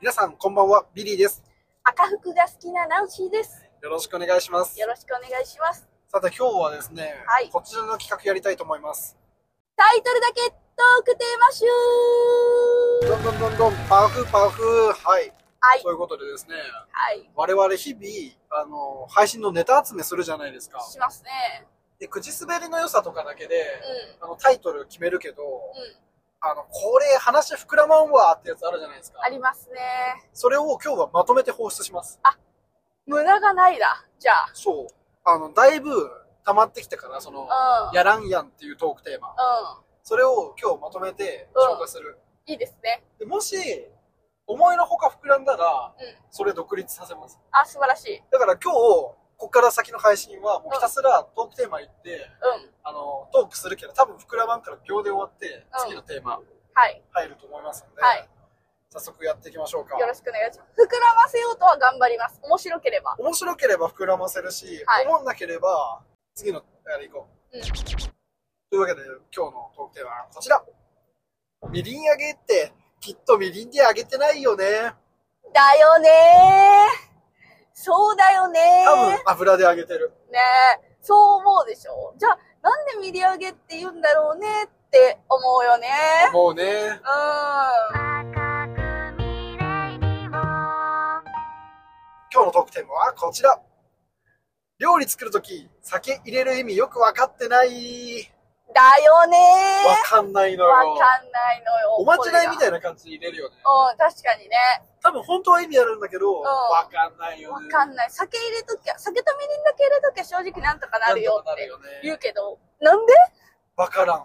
皆さんこんばんはビリーです赤服が好きなナンシーです。よろしくお願いしますよろしくお願いします。さて今日はですね、はいこちらの企画やりたいと思いますタイトルだけトークテーマ集どんどんどんどんパフパフはいはい。そういうことでですねはい。我々日々あの配信のネタ集めするじゃないですかしますね。で口滑りの良さとかだけでうん。うん。あのタイトル決めるけど、あのこれ話膨らまんわってやつあるじゃないですかありますね。それを今日はまとめて放出します無駄がないだ。じゃそうあのだいぶ溜まってきたからそのあ。うん。やらんやんっていうトークテーマうそれを今日まとめて紹介する、ん。いいですね。でもし思いのほか膨らんだらうん。それ独立させますあ、素晴らしい。だから今日ここから先の配信はもうひたすらトークテーマ言ってうん。あのトークするけど多分膨らまんから秒で終わってうん次のテーマはい。入ると思いますので、はい早速やっていきましょうかよろしくお願いします。膨らませようとは頑張ります。面白ければ。面白ければ膨らませるし、はい思んなければ次のあれ行こう、うんというわけで今日のトークテーマはこちらみりん揚げってきっとみりんで揚げてないよねだよねー。そうだよね多ー。分油で揚げてるねえ、そう思うでしょじゃあ、なんでミリ上げって言うんだろうねって思うよね。もうねうん。今日のトークテーマはこちら料理作るとき酒入れる意味よく分かってないだよねわかんないのー。よわかんないのよ。おまじないみたい。いな感じで入れるよねうん、確かにね。多分本当は意味あるんだけどんわかんないよわねかんない。酒入れときゃ、酒とみりんだけ入れときゃ正直なんとかなるよなんっとかなてるよ言ねうけど、なんでわからん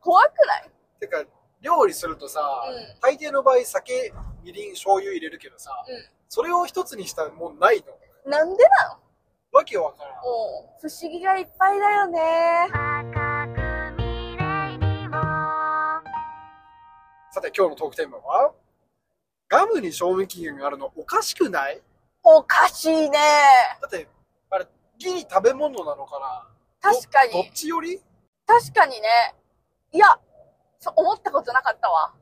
怖くないてか料理するとさ、うん大抵の場合酒みりん醤油入れるけどさ、それを一つにしたらもうないのうん。なんでなのわけわからんもう、不思議がいっぱいだよねさて今日のトークテーマはガムに賞味期限があるのおかしくないおかしいねだってあれギリ食べ物なのかな確かに。どどっちより確かにね。いや、そう思ったことなかったわ。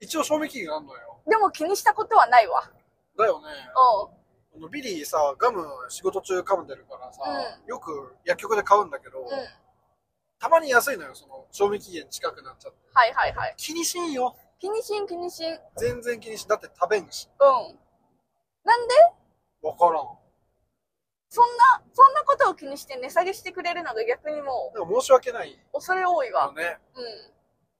一応賞味期限あんのよでも気にしたことはないわ。だよねうん。あのビリーさガム仕事中噛んでるからさ、うよく薬局で買うんだけど、うん。はいたまに安いのよその賞味期限近くなっちゃってはいはい。気にしんよ気にしん気にしん。うん。全然気にしんだって食べんしなんでわからんそんな、そんなことを気にして値下げしてくれるのが逆にもなんか申し訳ないう恐れ多いよわ。ね。うん。っ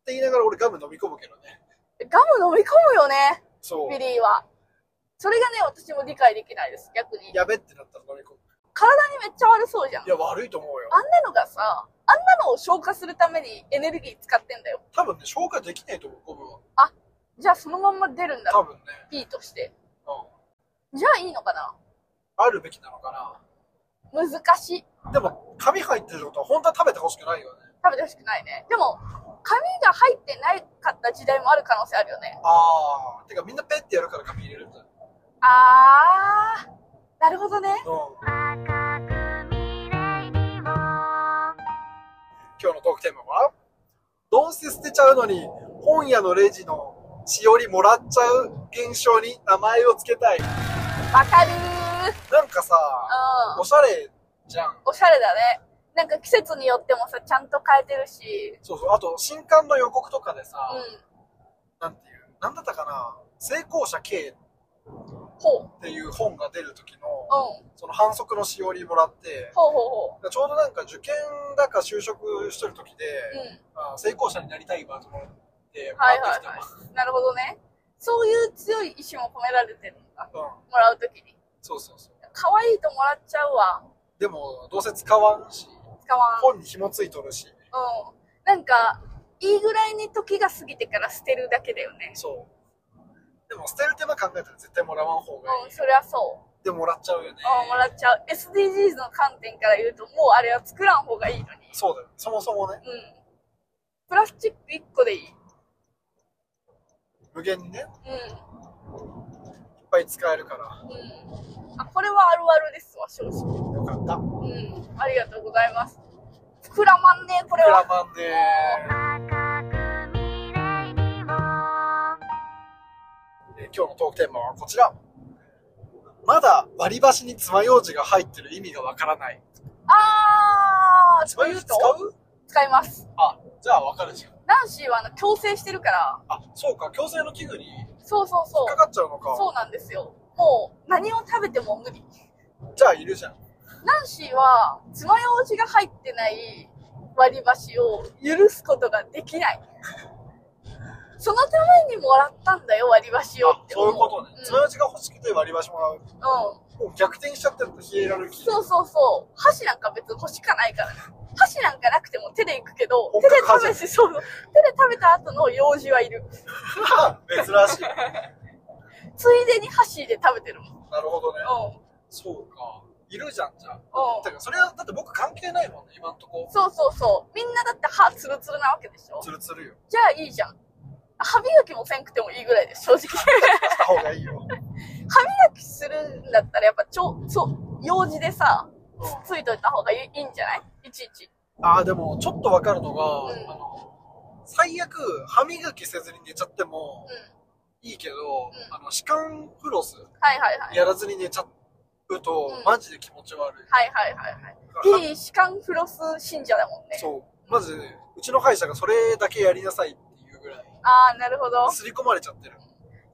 て言いながら俺ガム飲み込むけどね。ガム飲み込むよね、そうビ。リーは。それがね、私も理解できないです、逆に。やべってなったら飲み込む。体にめっちゃ悪そうじゃんい。や、悪いと思うよ。あんなのがさ、あんなのを消化するためにエネルギー使ってんだよ。多分ね、消化できないと思う、ゴムは。じゃあそのまんま出るんだろ多う、分ね。ピーとして。うん。じゃあいいのかなあるべきなのか難しい。な。でも、紙入ってるってことは本当は食べてほしくないよね。食べてほしくないね。でも、紙が入ってないかった時代もある可能性あるよね。あー。てかみんなペッてやるから紙入れるんだよ。あー、なるほどね。うん。今日のトークテーマはどうせ捨てちゃうのに本屋のレジのしおりもらっちゃう現象に名前を付けたい。わかるー。なんかさ、うおん。しゃれじゃん。おしゃれだね。なんか季節によってもさ、ちゃんと変えてるし。そうそう。あと、新刊の予告とかでさ、うん。なんていう、なんだったかな、成功者 K ほう。うん。っていう本が出る時の、ほうその反則のしおりもらって、ほうほちょうどなんか受験だか就職してる時で、う。うあ成功者になりたいわと思ってん。もらはいってはきいたわはい。なるほどね。そういう強い意志も込められてるんだ。うん。もらうときに。そうそうそう。可愛いともらっちゃうわ。でも、どうせ使わんし、使わん。本に紐ついとるし、うん。なんか、いいぐらいに時が過ぎてから捨てるだけだよね。そう。でも、捨てる手間考えたら絶対もらわん方がいい。うん、そりゃそう。でもらっちゃうよね。うん、もらっちゃう。SDGs の観点から言うと、もうあれは作らん方がいいのに。そうだよ。そもそもね、うん。プラスチック1個でいい。う無限にね、いっん。ぱい使えるから、うん。あ、これはあるあるですわ、正直。よかった。うん。ありがとうございます。膨らまんねこれ膨らは。まんねえー今日のトークテーマはこちら。まだ割り箸に爪楊枝が入ってる意味がわからない。あー、爪楊枝使とう使います。あ、じゃあわかるじゃん。ナンシーはあの矯正してるから、あ、そうか、矯正の器具に引そうそうそっかう。かっちゃうのか。そうなんですよ。もう何を食べても無理。じゃあいるじゃん。ナンシーは爪楊枝が入ってない割り箸を許すことができ ない。そのためにもらったんだよ、割り箸をあってそう思いうことね。爪うん。楊枝が欲しくて割り箸もらうう。んもう逆転しちゃってるとヒエラルキー。そうそうそう。箸なんか別に欲しかないからね。箸なんかなくても手で行くけど、本手格で食派べし、そうそう。手で食べた後の用事はいる。は 珍しい。ついでに箸で食べてるもん。うん。なるほどね。うん。そうか。いるじゃん、じゃあ。だからそれは、だって僕関係ないもんね、今んとこ。そうそうそう。みんなだって歯ツルツルなわけでしょつるつるよ。じゃあいいじゃん。歯磨きもせんくてもいいぐらいです、正直。した方がいいよ。歯磨きするんだったらやっぱちょ、そう、用事でさ、うんつついといた方がいいいいんじゃないいちいち。ああ、でも、ちょっとわかるのが、うんあの、最悪、歯磨きせずに寝ちゃってもうん。いいけど、うんあの、歯間フロスはいはいはい。やらずに寝ちゃうと、うんマジで気持ち悪い。はいはいはいはい。だからいい歯間フロス信者だもんね。そう。まず、うちの歯医者がそれだけやりなさいっていうぐらい、ああ、なるほど。刷り込まれちゃってる。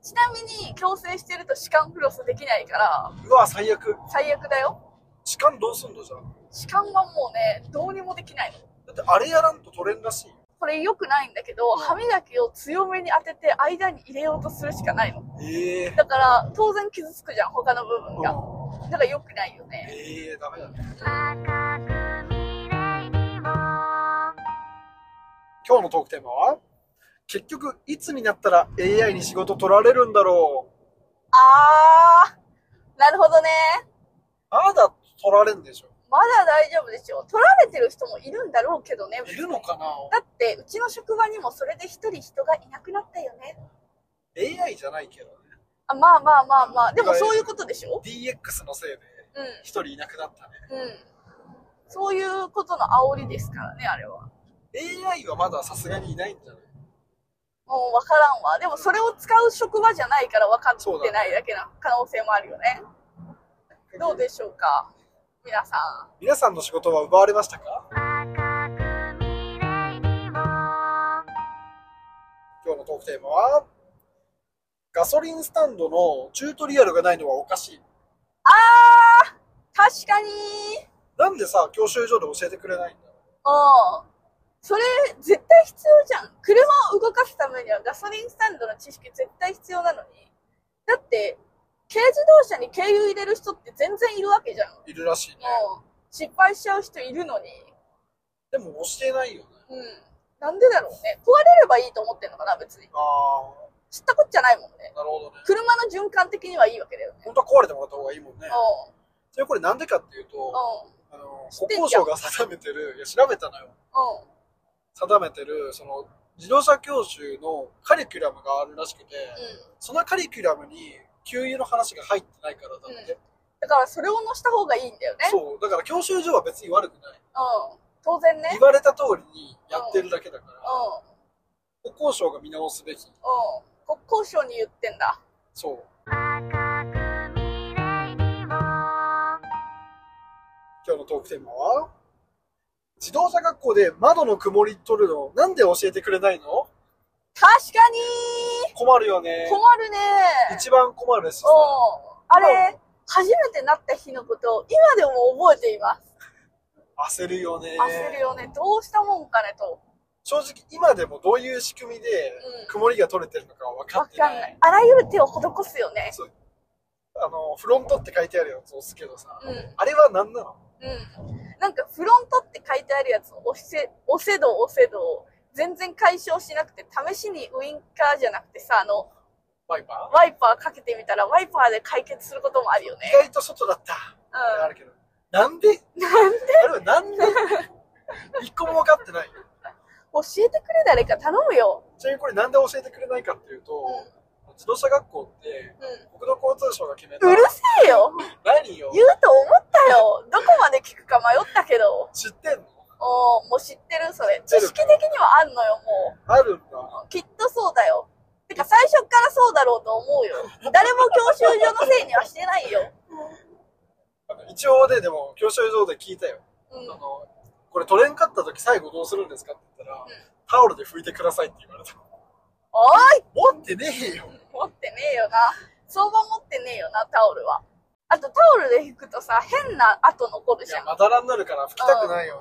ちなみに、矯正してると歯間フロスできないから、うわ、最悪。最悪だよ。歯間どうすんのじゃん。歯間はもうね、どうにもできないの。だって、あれやらんと取れんらしいよ。これ良くないんだけど、歯磨きを強めに当てて間に入れようとするしかないの。ええだから、当然傷つくじゃん、他の部分うが。んだから良くないよね。ええダメだね。今日のトークテーマは結局いつになったら AI に仕事取られるんだろうあー、なるほどね。まだ取られんでしょまだ大丈夫でしょ。取られてる人もいるんだろうけどね。いるのかなだって、うちの職場にもそれで一人人がいなくなったよね。 AI じゃないけどねあまあまあまあまあ、でもそういうことでしょ DX のせいでうん。一人いなくなったうん。そういうことの煽りですからね、あれは。ね AI はまださすがにいないんじゃないもう分からんわ。でもそれを使う職場じゃないから分かってないだけな可能性もあるよね。どうでしょうか皆さん。皆さんの仕事は奪われましたか今日のトークテーマはガソリンスタンドのチュートリアルがないのはおかしいあー確かになんでさ教習所で教えてくれないんだうん。それ絶対必要じゃん。車を動かすためにはガソリンスタンドの知識絶対必要なのに。だって、軽自動車に軽油入れる人って全然いるわけじゃん。いるらしいねもう失敗しちゃう人いるのに。でも教えないよねうん。なんでだろうね。壊れればいいと思ってんのかな、別に。ああ知ったこっちゃないもんね。なるほどね車の循環的にはいいわけだよね。本当は壊れてもらった方がいいもんうねん。でこれなんでかっていうとうん。あの知っ国てんじ交ゃん省が定めてるいや調べたのようん。定めてるその自動車教習のカリキュラムがあるらしくて、うん。そのカリキュラムに給油の話が入ってないからだって、だからそれを乗した方がいいんだよね。う。そうだから教習所は別に悪くなん。い、当然ね。うん。言われた通りにやってるだけだから、う国交省が見直すべきん。国交省に言ってんだ。そう今日のトークテーマは自動車学校で窓の曇り取るのなんで教えてくれないの確か困るよにね困るね。一番困るしさうん。あれ、初めてなった日のことを今でも覚えています。焦るよね焦るよね。どうしたもんかねと。正直今でもどういう仕組みでうん曇りが取れてるのかは分かわってなかいんない。あらゆる手を施すよね。そうあのフロントって書いてあるやつ押すけどさ、うん。あれは何なのうん。なんか、フロントって書いてあるやつを押せ、押せど押せど、全然解消しなくて、試しにウインカーじゃなくてさ、あの、ワイパワイパーかけてみたら、ワイパーで解決することもあるよーね意。外と外だったあるけどなんでうん。なんであれはなんで一個も分かってない教えてくれ誰か頼むよ。ちなみにこれなんで教えてくれないかっていうと、自動車学校ってう国土交通省が決めたん。うるせえよ何よ言うと思ったよどこまで聞くか迷ったけど。知ってんのおーもう知ってる、それ。知って知識る的にはあんのよ、もあるんだう。きっとそうだよ。てか最初からそうだろうと思うよ。誰も教習所のせいにはしてないよ。あの一応ね、でも、教習所で聞いたよ。うんあ。の、これ取れんかった時最後どうするんですかって言ったら、んタオルで拭いてくださいって言われた。おい持ってねえよ。持ってねえよな。相場持ってねえよな、タオルは。あとタオルで拭くとさ、変な跡残るいじゃや、ん。まだらになるから拭きたくないよね。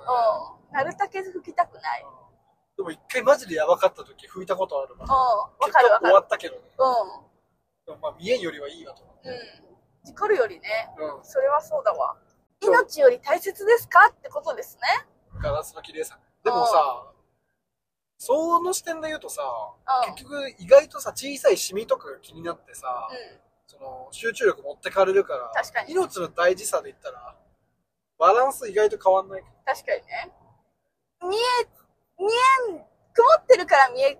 うん。なるだけ拭きたくない。うん。でも一回マジでやばかった時拭いたことあるわ。わ結かるわか果終る。わったけどね。うでもまあ見えんよりはいいわと思ん。うん。事故るよりね、う。うん。それはそうだわ。そう命より大切ですかってことですね。ガラスの綺麗さ。でもさ、その視点で言うとさ、うん。結局意外とさ、小さいシミとかが気になってさ、うん。その集中力持ってかれるから、確かに命の大事さで言ったら、バランス意外と変わんない。確かにね。見え、見えん、曇ってるから見え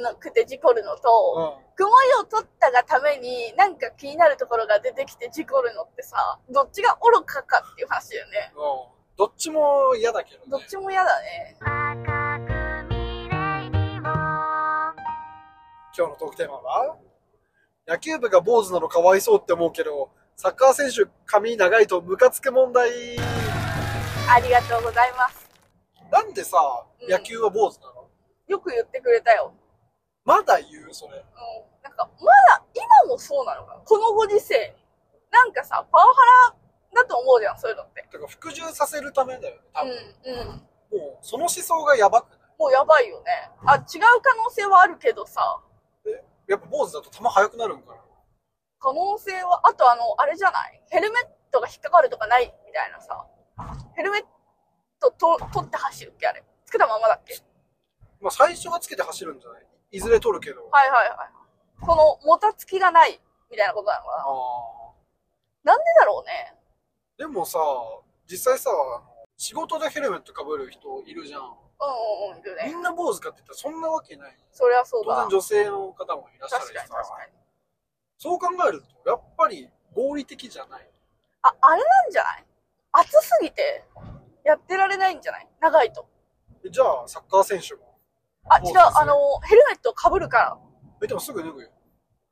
なくて事故るのと、うん。曇りを取ったがためになんか気になるところが出てきて事故るのってさ、どっちが愚かかっていう話だよね。うんどっちも嫌だけどね。どっちも嫌だね。今日のトークテーマは野球部が坊主なのかわいそうって思うけど、サッカー選手髪長いとムカつく問題。ありがとうございます。なんでさ、うん野球は坊主なのよく言ってくれたよ。まだ言うそれ。うん。なんか、まだ、今もそうなのかなこのご時世。なんかさ、パワハラだと思うじゃん、そういうのって。てか、服従させるためだよね、多分。うん、うん。もう、その思想がやばくないもうやばいよね。あ、違う可能性はあるけどさ、やっぱ坊主だと球速くなるんかな。可能性は、あとあの、あれじゃないヘルメットが引っかかるとかないみたいなさ。ヘルメットと取って走るっけあれ。つけたままだっけまあ、最初はつけて走るんじゃないいずれ取るけど。はいはいはい。この、もたつきがないみたいなことなのかああ。ななんでだろうね。でもさ、実際さ、仕事でヘルメットかぶる人いるじゃん。うんうんうん、いるみね。んな坊主かって言ったらそんなわけない。そりゃそう当だ然。女性の方もいらっしゃる確しかさに確かに。そう考えるとやっぱり合理的じゃないあ、あれなんじゃない暑すぎて、やってられないんじゃない長いと。じゃあサッカー選手もあ、そう違でうすね、あの、ヘルメット被るから、えでもすぐ脱ぐよ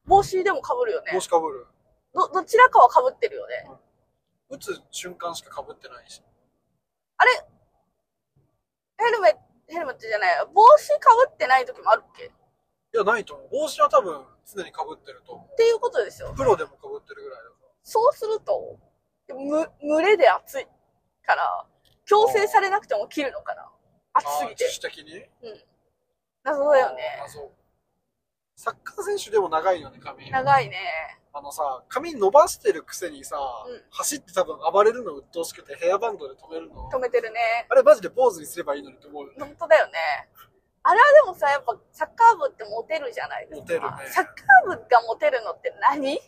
帽子でも被るよね帽。子かぶるど、どちらかは被ってるよね。打つ瞬間しかかぶってないしヘルメット、ヘルメットじゃない、帽子被ってない時もあるっけっいやないと思う帽子は多分常にかぶってると思ていうことですよう。プロでもかぶってるぐらいだかそうすると、む、群れで暑いから、強制されなくても切るのかな暑らすあーぎ自て。主的に謎だよね。あそうサッカー選手でも長いよね髪長いね。あのさ髪伸ばしてるくせにさ、うん走って多分暴れるの鬱陶しくてヘアバンドで止めるの止めてるね。あれマジで坊主にすればいいのにと思うよね本当だよね。あれはでもさ、やっぱサッカー部ってモテるじゃないですか。モテるねサッカー部がモテるのって何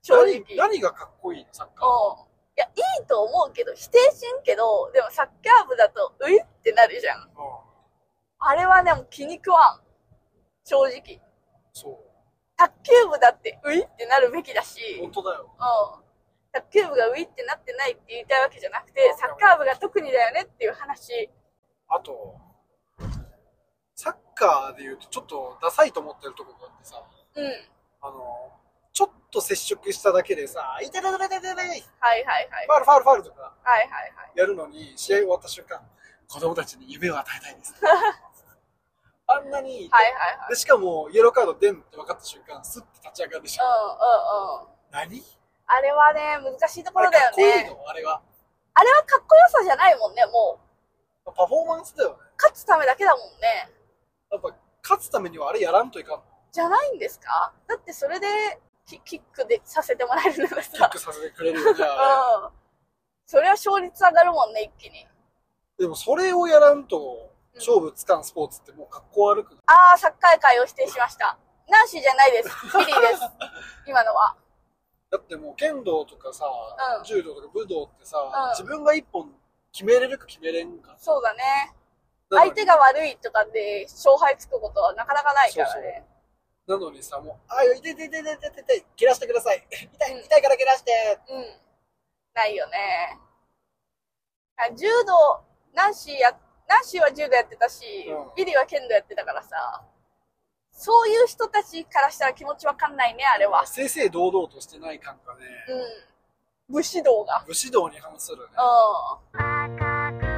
正直。何何がかっこいいのサッカーはうん。いや、いいと思うけど、否定しんけど、でもサッカー部だと、ういってなるじゃん。うんあれはでも気に食わん。正直。そう卓球部だって、ういってなるべきだし、うん本。当だよ。卓球部がういってなってないって言いたいわけじゃなくて、サッカー部が特にだよねっていう話。あと、サッカーで言うとちょっとダサいと思ってるところがあってさ、うん。はいあの、ちょっと接触しただけでさ、あいたたたたたたたいはいはい。ファールファールファールとかはいはいはい。やるのに、試合終わった瞬間、子供たちに夢を与えたい です。あんなに、はいはいはい。でしかも、イエローカード出んって分かった瞬間、スッて立ち上がるしう、んうんうん。何あれはね、難しいとこあろれだかよっこいいね。のあれは。あれはかっこよさじゃないもんね、もう。パフォーマンスだよね。勝つためだけだもんね。やっぱ、勝つためにはあれやらんといかん。じゃないんですかだってそれでキキックでさせてもらえるのがキッさ、クさせてくれるよ、じゃうああれ。ん。それは勝率上がるもんね、一気に。 でもそれをやらんと勝負つかんスポーツってもう格好悪くない、あー、サッカー界を否定しました。ナンシーじゃないです。フィリ ーです。今のは。だってもう剣道とかさ、うん柔道とか武道ってさ、うん自分が一本決めれるか決めれんかそうだね。なのに相手が悪いとかで勝敗つくことはなかなかないからね。なのにさもう「あいててててててて蹴らしてください痛い痛いから蹴らしてうん。ないよね。あ柔道、ナンシーや、ナンシーは柔道やってたし、うんビリーは剣道やってたからさ、そういう人たちからしたら気持ちわかんないね、あれは。正々堂々としてない感がね、うん。武士道が。武士道に反するね。う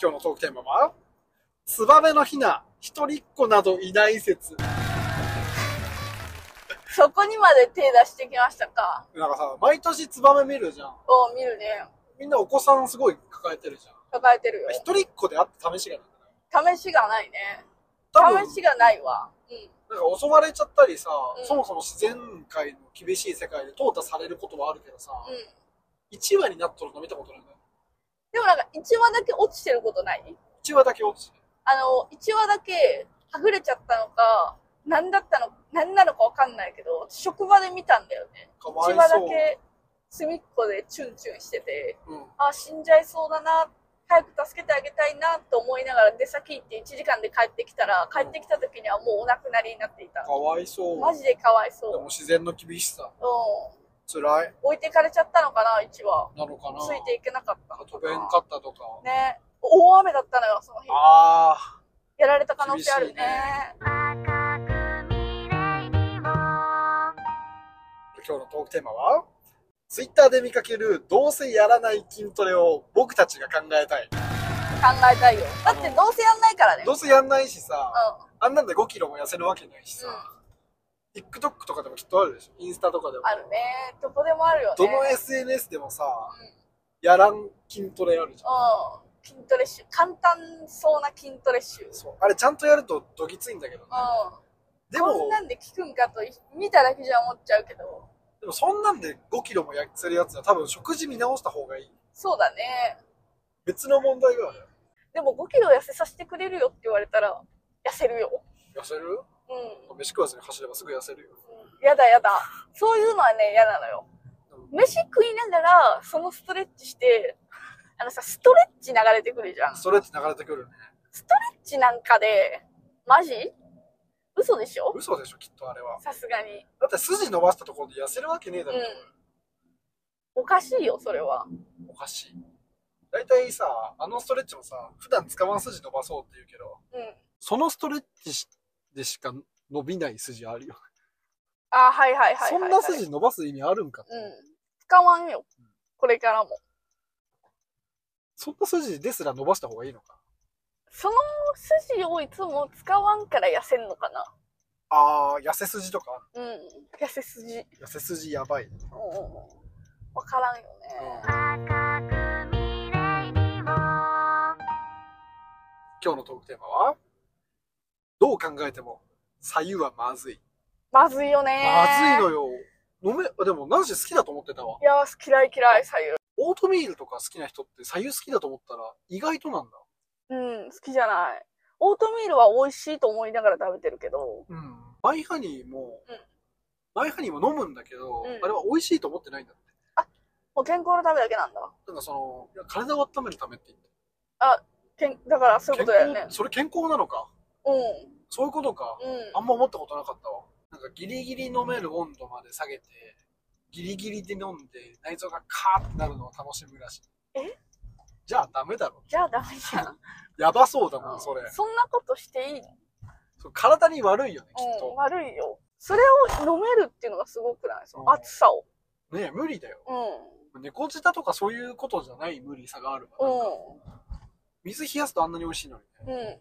今日のトークテーマは、ツバメのヒナ、一人っ子などいない説。ん。そこにまで手出してきましたか。なんかさ、毎年ツバメ見るじゃん。お見るね。みんなお子さんすごい抱えてるじゃん。抱えてるよ。一人っ子であって試しがない。試しがないね。多分、試しがないわ。うん。なんか襲われちゃったりさ、うんそもそも自然界の厳しい世界で淘汰されることはあるけどさ、うん。一1話になっとるの見たことないのよ。でもなんか1話だけ落ちてることない1話だけ落ちてる。あの、1話だけはぐれちゃったのか、何だったの、何なのかわかんないけど、職場で見たんだよね。かわい1そう。話だけ隅っこでチュンチュンしてて、うん。あ、死んじゃいそうだな、早く助けてあげたいなと思いながら出先行って1時間で帰ってきたら、帰ってきた時にはもうお亡くなりになっていたか。わいそう。マジでかわいでそう。も自然の厳しさ、うん。辛い置いてかれちゃったのかな、1話。なのかな。ついていけなかったの飛べんかかったとか。な。ね。大雨だったのよ、その日。ああ。やられた可能性あるね。厳しいね今日のトークテーマは、ツイッターで見かけるどうせやらない筋トレを僕たちが考えたい。考えたいよ。だってどうせやんないからね。どううせやんないしさ、ん。あんなんで5キロも痩せるわけないしさ、うん TikTok とかでもきっとあるでしょ。インスタとかでも。あるね。どこでもあるよね。どのうん。 SNS でもさ、やらん筋トレあるじゃん。筋トレ集。簡単そうな筋トレ集。うん。そう。あれちゃんとやるとどぎついんだけどね。でこんも、なんで聞くんかと、見ただけじゃ思っちゃうけど。でもそんなんで5キロも痩せるやつは多分食事見直した方がいい。そうだね。別の問題がある。でも5キロ痩せさせてくれるよって言われたら、痩せるよ。痩せるうん。飯食わずに走ればすぐ痩せるよ。やだやだ。そういうのはね、嫌なのよ。飯食いながら、そのストレッチして、あのさ、ストレッチ流れてくるじゃん。ストレッチ流れてくるね。ストレッチなんかで、マジ嘘でしょ嘘でしょ、きっとあれは。さすがに。だって筋伸ばしたところで痩せるわけねえだろ、おかしいよ、それは。おかしい大体さあのストレッチもさ普段使わん筋伸ばそうって言うけどうん。そのストレッチしでしか伸びない筋あるよ、あ、はいはいはいはい、はい。そんな筋伸ばす意味あるんかうん。使わんよ。これからも。そんな筋ですら伸ばした方がいいのかその筋をいつも使わんから痩せんのかな。あー痩せ筋とかうん。痩せ筋。うん。痩せ筋やばいわからんよね。今日のトークテーマはどう考えても左右はまずい、まずいよね。まずいののよ飲めでも何時好きだと思ってたわいや、嫌い嫌い、左右。オートミールとか好きな人って左右好きだと思ったら意外となんだ。うん、好きじゃない。オートミールは美味しいと思いながら食べてるけど、うん。マイハニーも、うんマイハニーも飲むんだけうど、んあれは美味しいと思ってないんだって。もう健康のためだけなんだ。なんかその、いや体を温めるためって言って。けんだからそういうことだよ健ね康。それ健康なのかうん。そういうことか、うんあんま思ったことなかったわ。なんかギリギリ飲める温度まで下げて、ギリギリで飲んで内臓がカーってなるのを楽しむらしい。えじゃあダメだろ。じゃあダメじゃん。やばそうだもん、それ。そんなことしていいのそう体に悪いよね、きっうん、と。悪いよ。それを飲めるっていうのがすごくないそうんの暑さを。ねえ、無理だよ。うん。猫舌とかそういうことじゃない無理さがあるから、う水冷やすとあんなに美味しいのにねん。うん。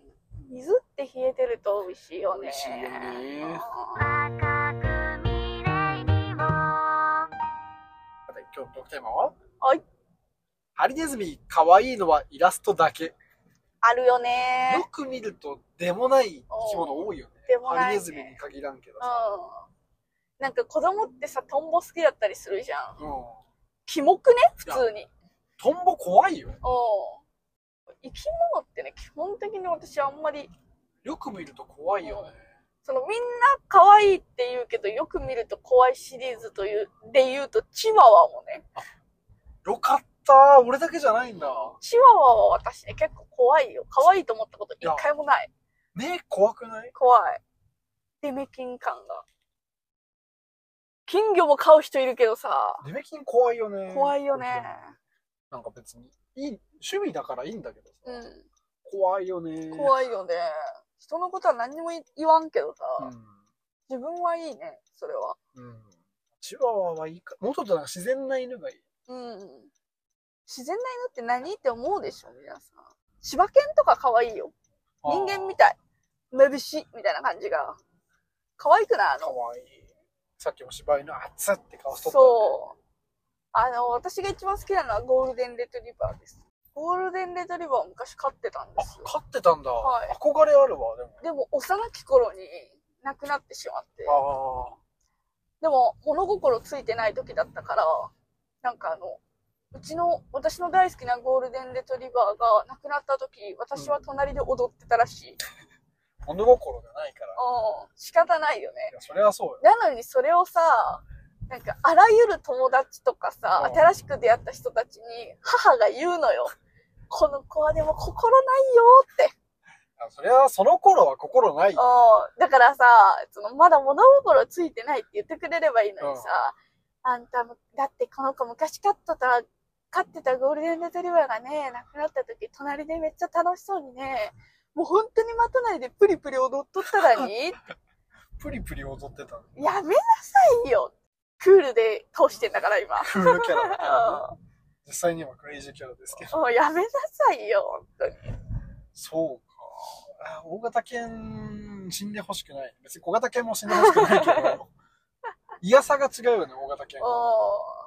水って冷えてると美味しいよね。美味しいよねうんさて今日のトークテーマははいハリネズミ可愛いのはイラストだけあるよよね。く見るとでもない生き物多いよねでもないねハリネズミに限らんけどうんさ、。なんか子供ってさ、トンボ好きだったりするじゃん。うんキモくね普通に。トンボ怖いようん。生き物ってね、基本的に私あんまり、よく見ると怖いよね、そのみんな可愛いって言うけど、よく見ると怖いシリーズという、で言うと、チワワもね、よかった俺だけじゃないんだチワワは私ね、結構怖いよ。可愛いと思ったこと一回もない。目怖くない怖い。デメキン感が。金魚も飼う人いるけどさ、デメキン怖いよね怖いよね。なんか別にいい趣味だからいいんだけどさ、うん。怖いよね。い。怖いよね。人のことは何にも言わんけどさ、自分はいいね、それは。うん。うん。チワワはいいか。もうちょっとなんか自然な犬がいい。うん。自然な犬って何って思うでしょ、皆さん。柴犬とか可愛いよ。人間みい。たい。めぶし、みたいな感じが。可愛くないあかの、わいい。さっきも柴犬、あっつって顔しとったね、そう。あの、私が一番好きなのはゴールデンレトリバーです。ゴールデンレトリバーを昔飼ってたんですよあ、。飼ってたんだ。はい憧れあるわ、でも。でも、幼き頃に亡くなってしまって。あでも、物心ついてない時だったから、なんかあの、うちの、私の大好きなゴールデンレトリバーが亡くなった時、私は隣で踊ってたらしい。うん、あ。物心がないから。仕方ないよね。いや、それはそうよ。なのにそれをさ、なんかあらゆる友達とかさ、うん新しく出会った人たちに母が言うのよ。この子はでも心ないよって。あそれは、その頃は心ないよ。うんだからさ、そのまだ物心ついてないって言ってくれればいいのにさ、あんたも、だってこの子昔飼ってた、飼ってたゴールデンレトリバーがね、亡くなった時隣でめっちゃ楽しそうにね、もう本当に待たないでプリプリ踊っとったらにプリプリ踊ってたの。やめなさいよ。クールで通してんだから、今。クールキ ャラだからね。う実際にはクレイジーキャラですけど。んもうやめなさいよ、本当に。そうか。あ大型犬、死んでほしくない。別に小型犬も死んでほしくないけど。嫌さが違うよね、大型犬は。うん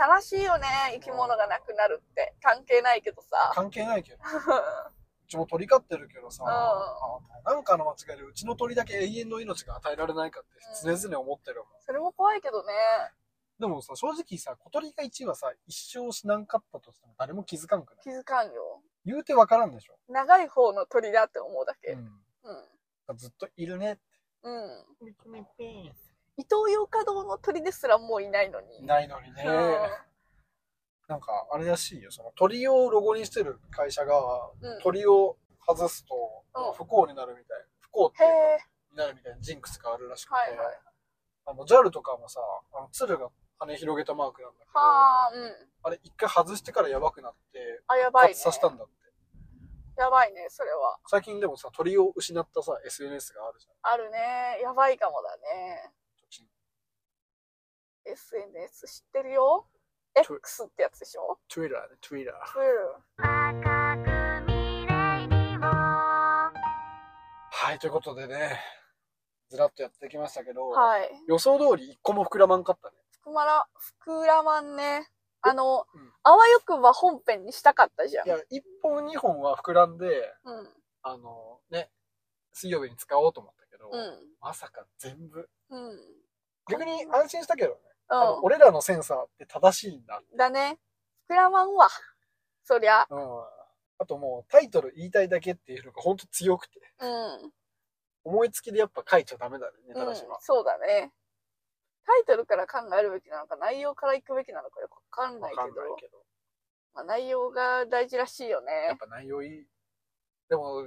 悲しいよね、生き物がなくなるって。関係ないけどさ。関係ないけど。うちも鳥飼ってるけどさ、うんあなんかの間違いでうちの鳥だけ永遠の命が与えられないかって常々思ってるもん。それも怖いけどね。でもさ、正直さ、小鳥が1はさ、一生死なんかったとしても誰も気づかんくない気づかんよ。言うてわからんでしょ。長い方の鳥だって思うだけ。ずっといるね。うん。うん。伊東洋華堂の鳥ですらもういないのに。いないのにね。うなんか、あれらしいよ。その鳥をロゴにしてる会社が、ん。うん、鳥を外すとうん不幸になるみたい。不幸ってへいうかえ。になるみたいなジンクスがあるらしくて。はいはい。あの、JAL とかもさ、あの、鶴が羽広げたマークなんだけど、あはあ、うん。れ一回外してからやばくなって、あ、やばい、復ね。活させたんだって。やばいね、それは。最近でもさ、鳥を失ったさ、SNS があるじゃん。あるね。やばいかもだね。ちょ SNS 知ってるよと ?X ってやつでしょ Twitter ね、Twitter。うん。はい、ということでね、ずらっとやってきましたけど、はい。予想通り一個も膨らまんかったね。ふくまら、ふくらまんね。あの、うんあわよくば本編にしたかったじゃんい。や、一本二本は膨らんで、うん。あのね、水曜日に使おうと思ったけど、うん。まさか全部。うん。逆に安心したけどね、あのう俺らのセンサーって正しいんだ。ん。だね。ふくらまんは。そりゃ。うん。あともうタイトル言いたいだけっていうのが本当強くて、うん。思いつきでやっぱ書いちゃダメだね、ネタう出んしは。、そうだね。タイトルから考えるべきなのか、内容から行くべきなのかよくわかんわないけかどん。ないけど。まあ、内容が大事らしいよやっね。ぱ内容いい。でも、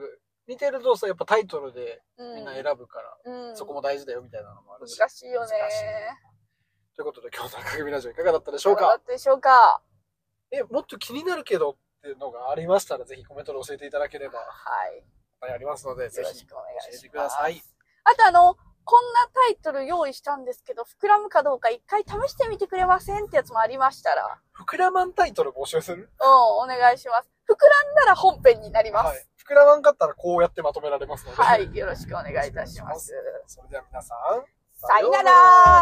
見てるとさ、やっぱタイトルでうんみんな選ぶから、うん。そこも大事だよみたいなのもあるし。難しいよね。難しいということで今日の赤組ラジオいかがだったでしょういかがだかったでしょうかえ、もっと気になるけどっていうのがありましたらぜひコメントで教えていただければはい。ありますので、ぜよろひし教くお願いします。えてください。あとあの、こんなタイトル用意したんですけど、膨らむかどうか一回試してみてくれませんってやつもありましたら、膨らまんタイトル募集するうん、お願いします。膨らんだら本編になりまはいす。。膨らまんかったらこうやってまとめられますので。はい、よろしくお願いいたします。それでは皆さん、さようなさようなら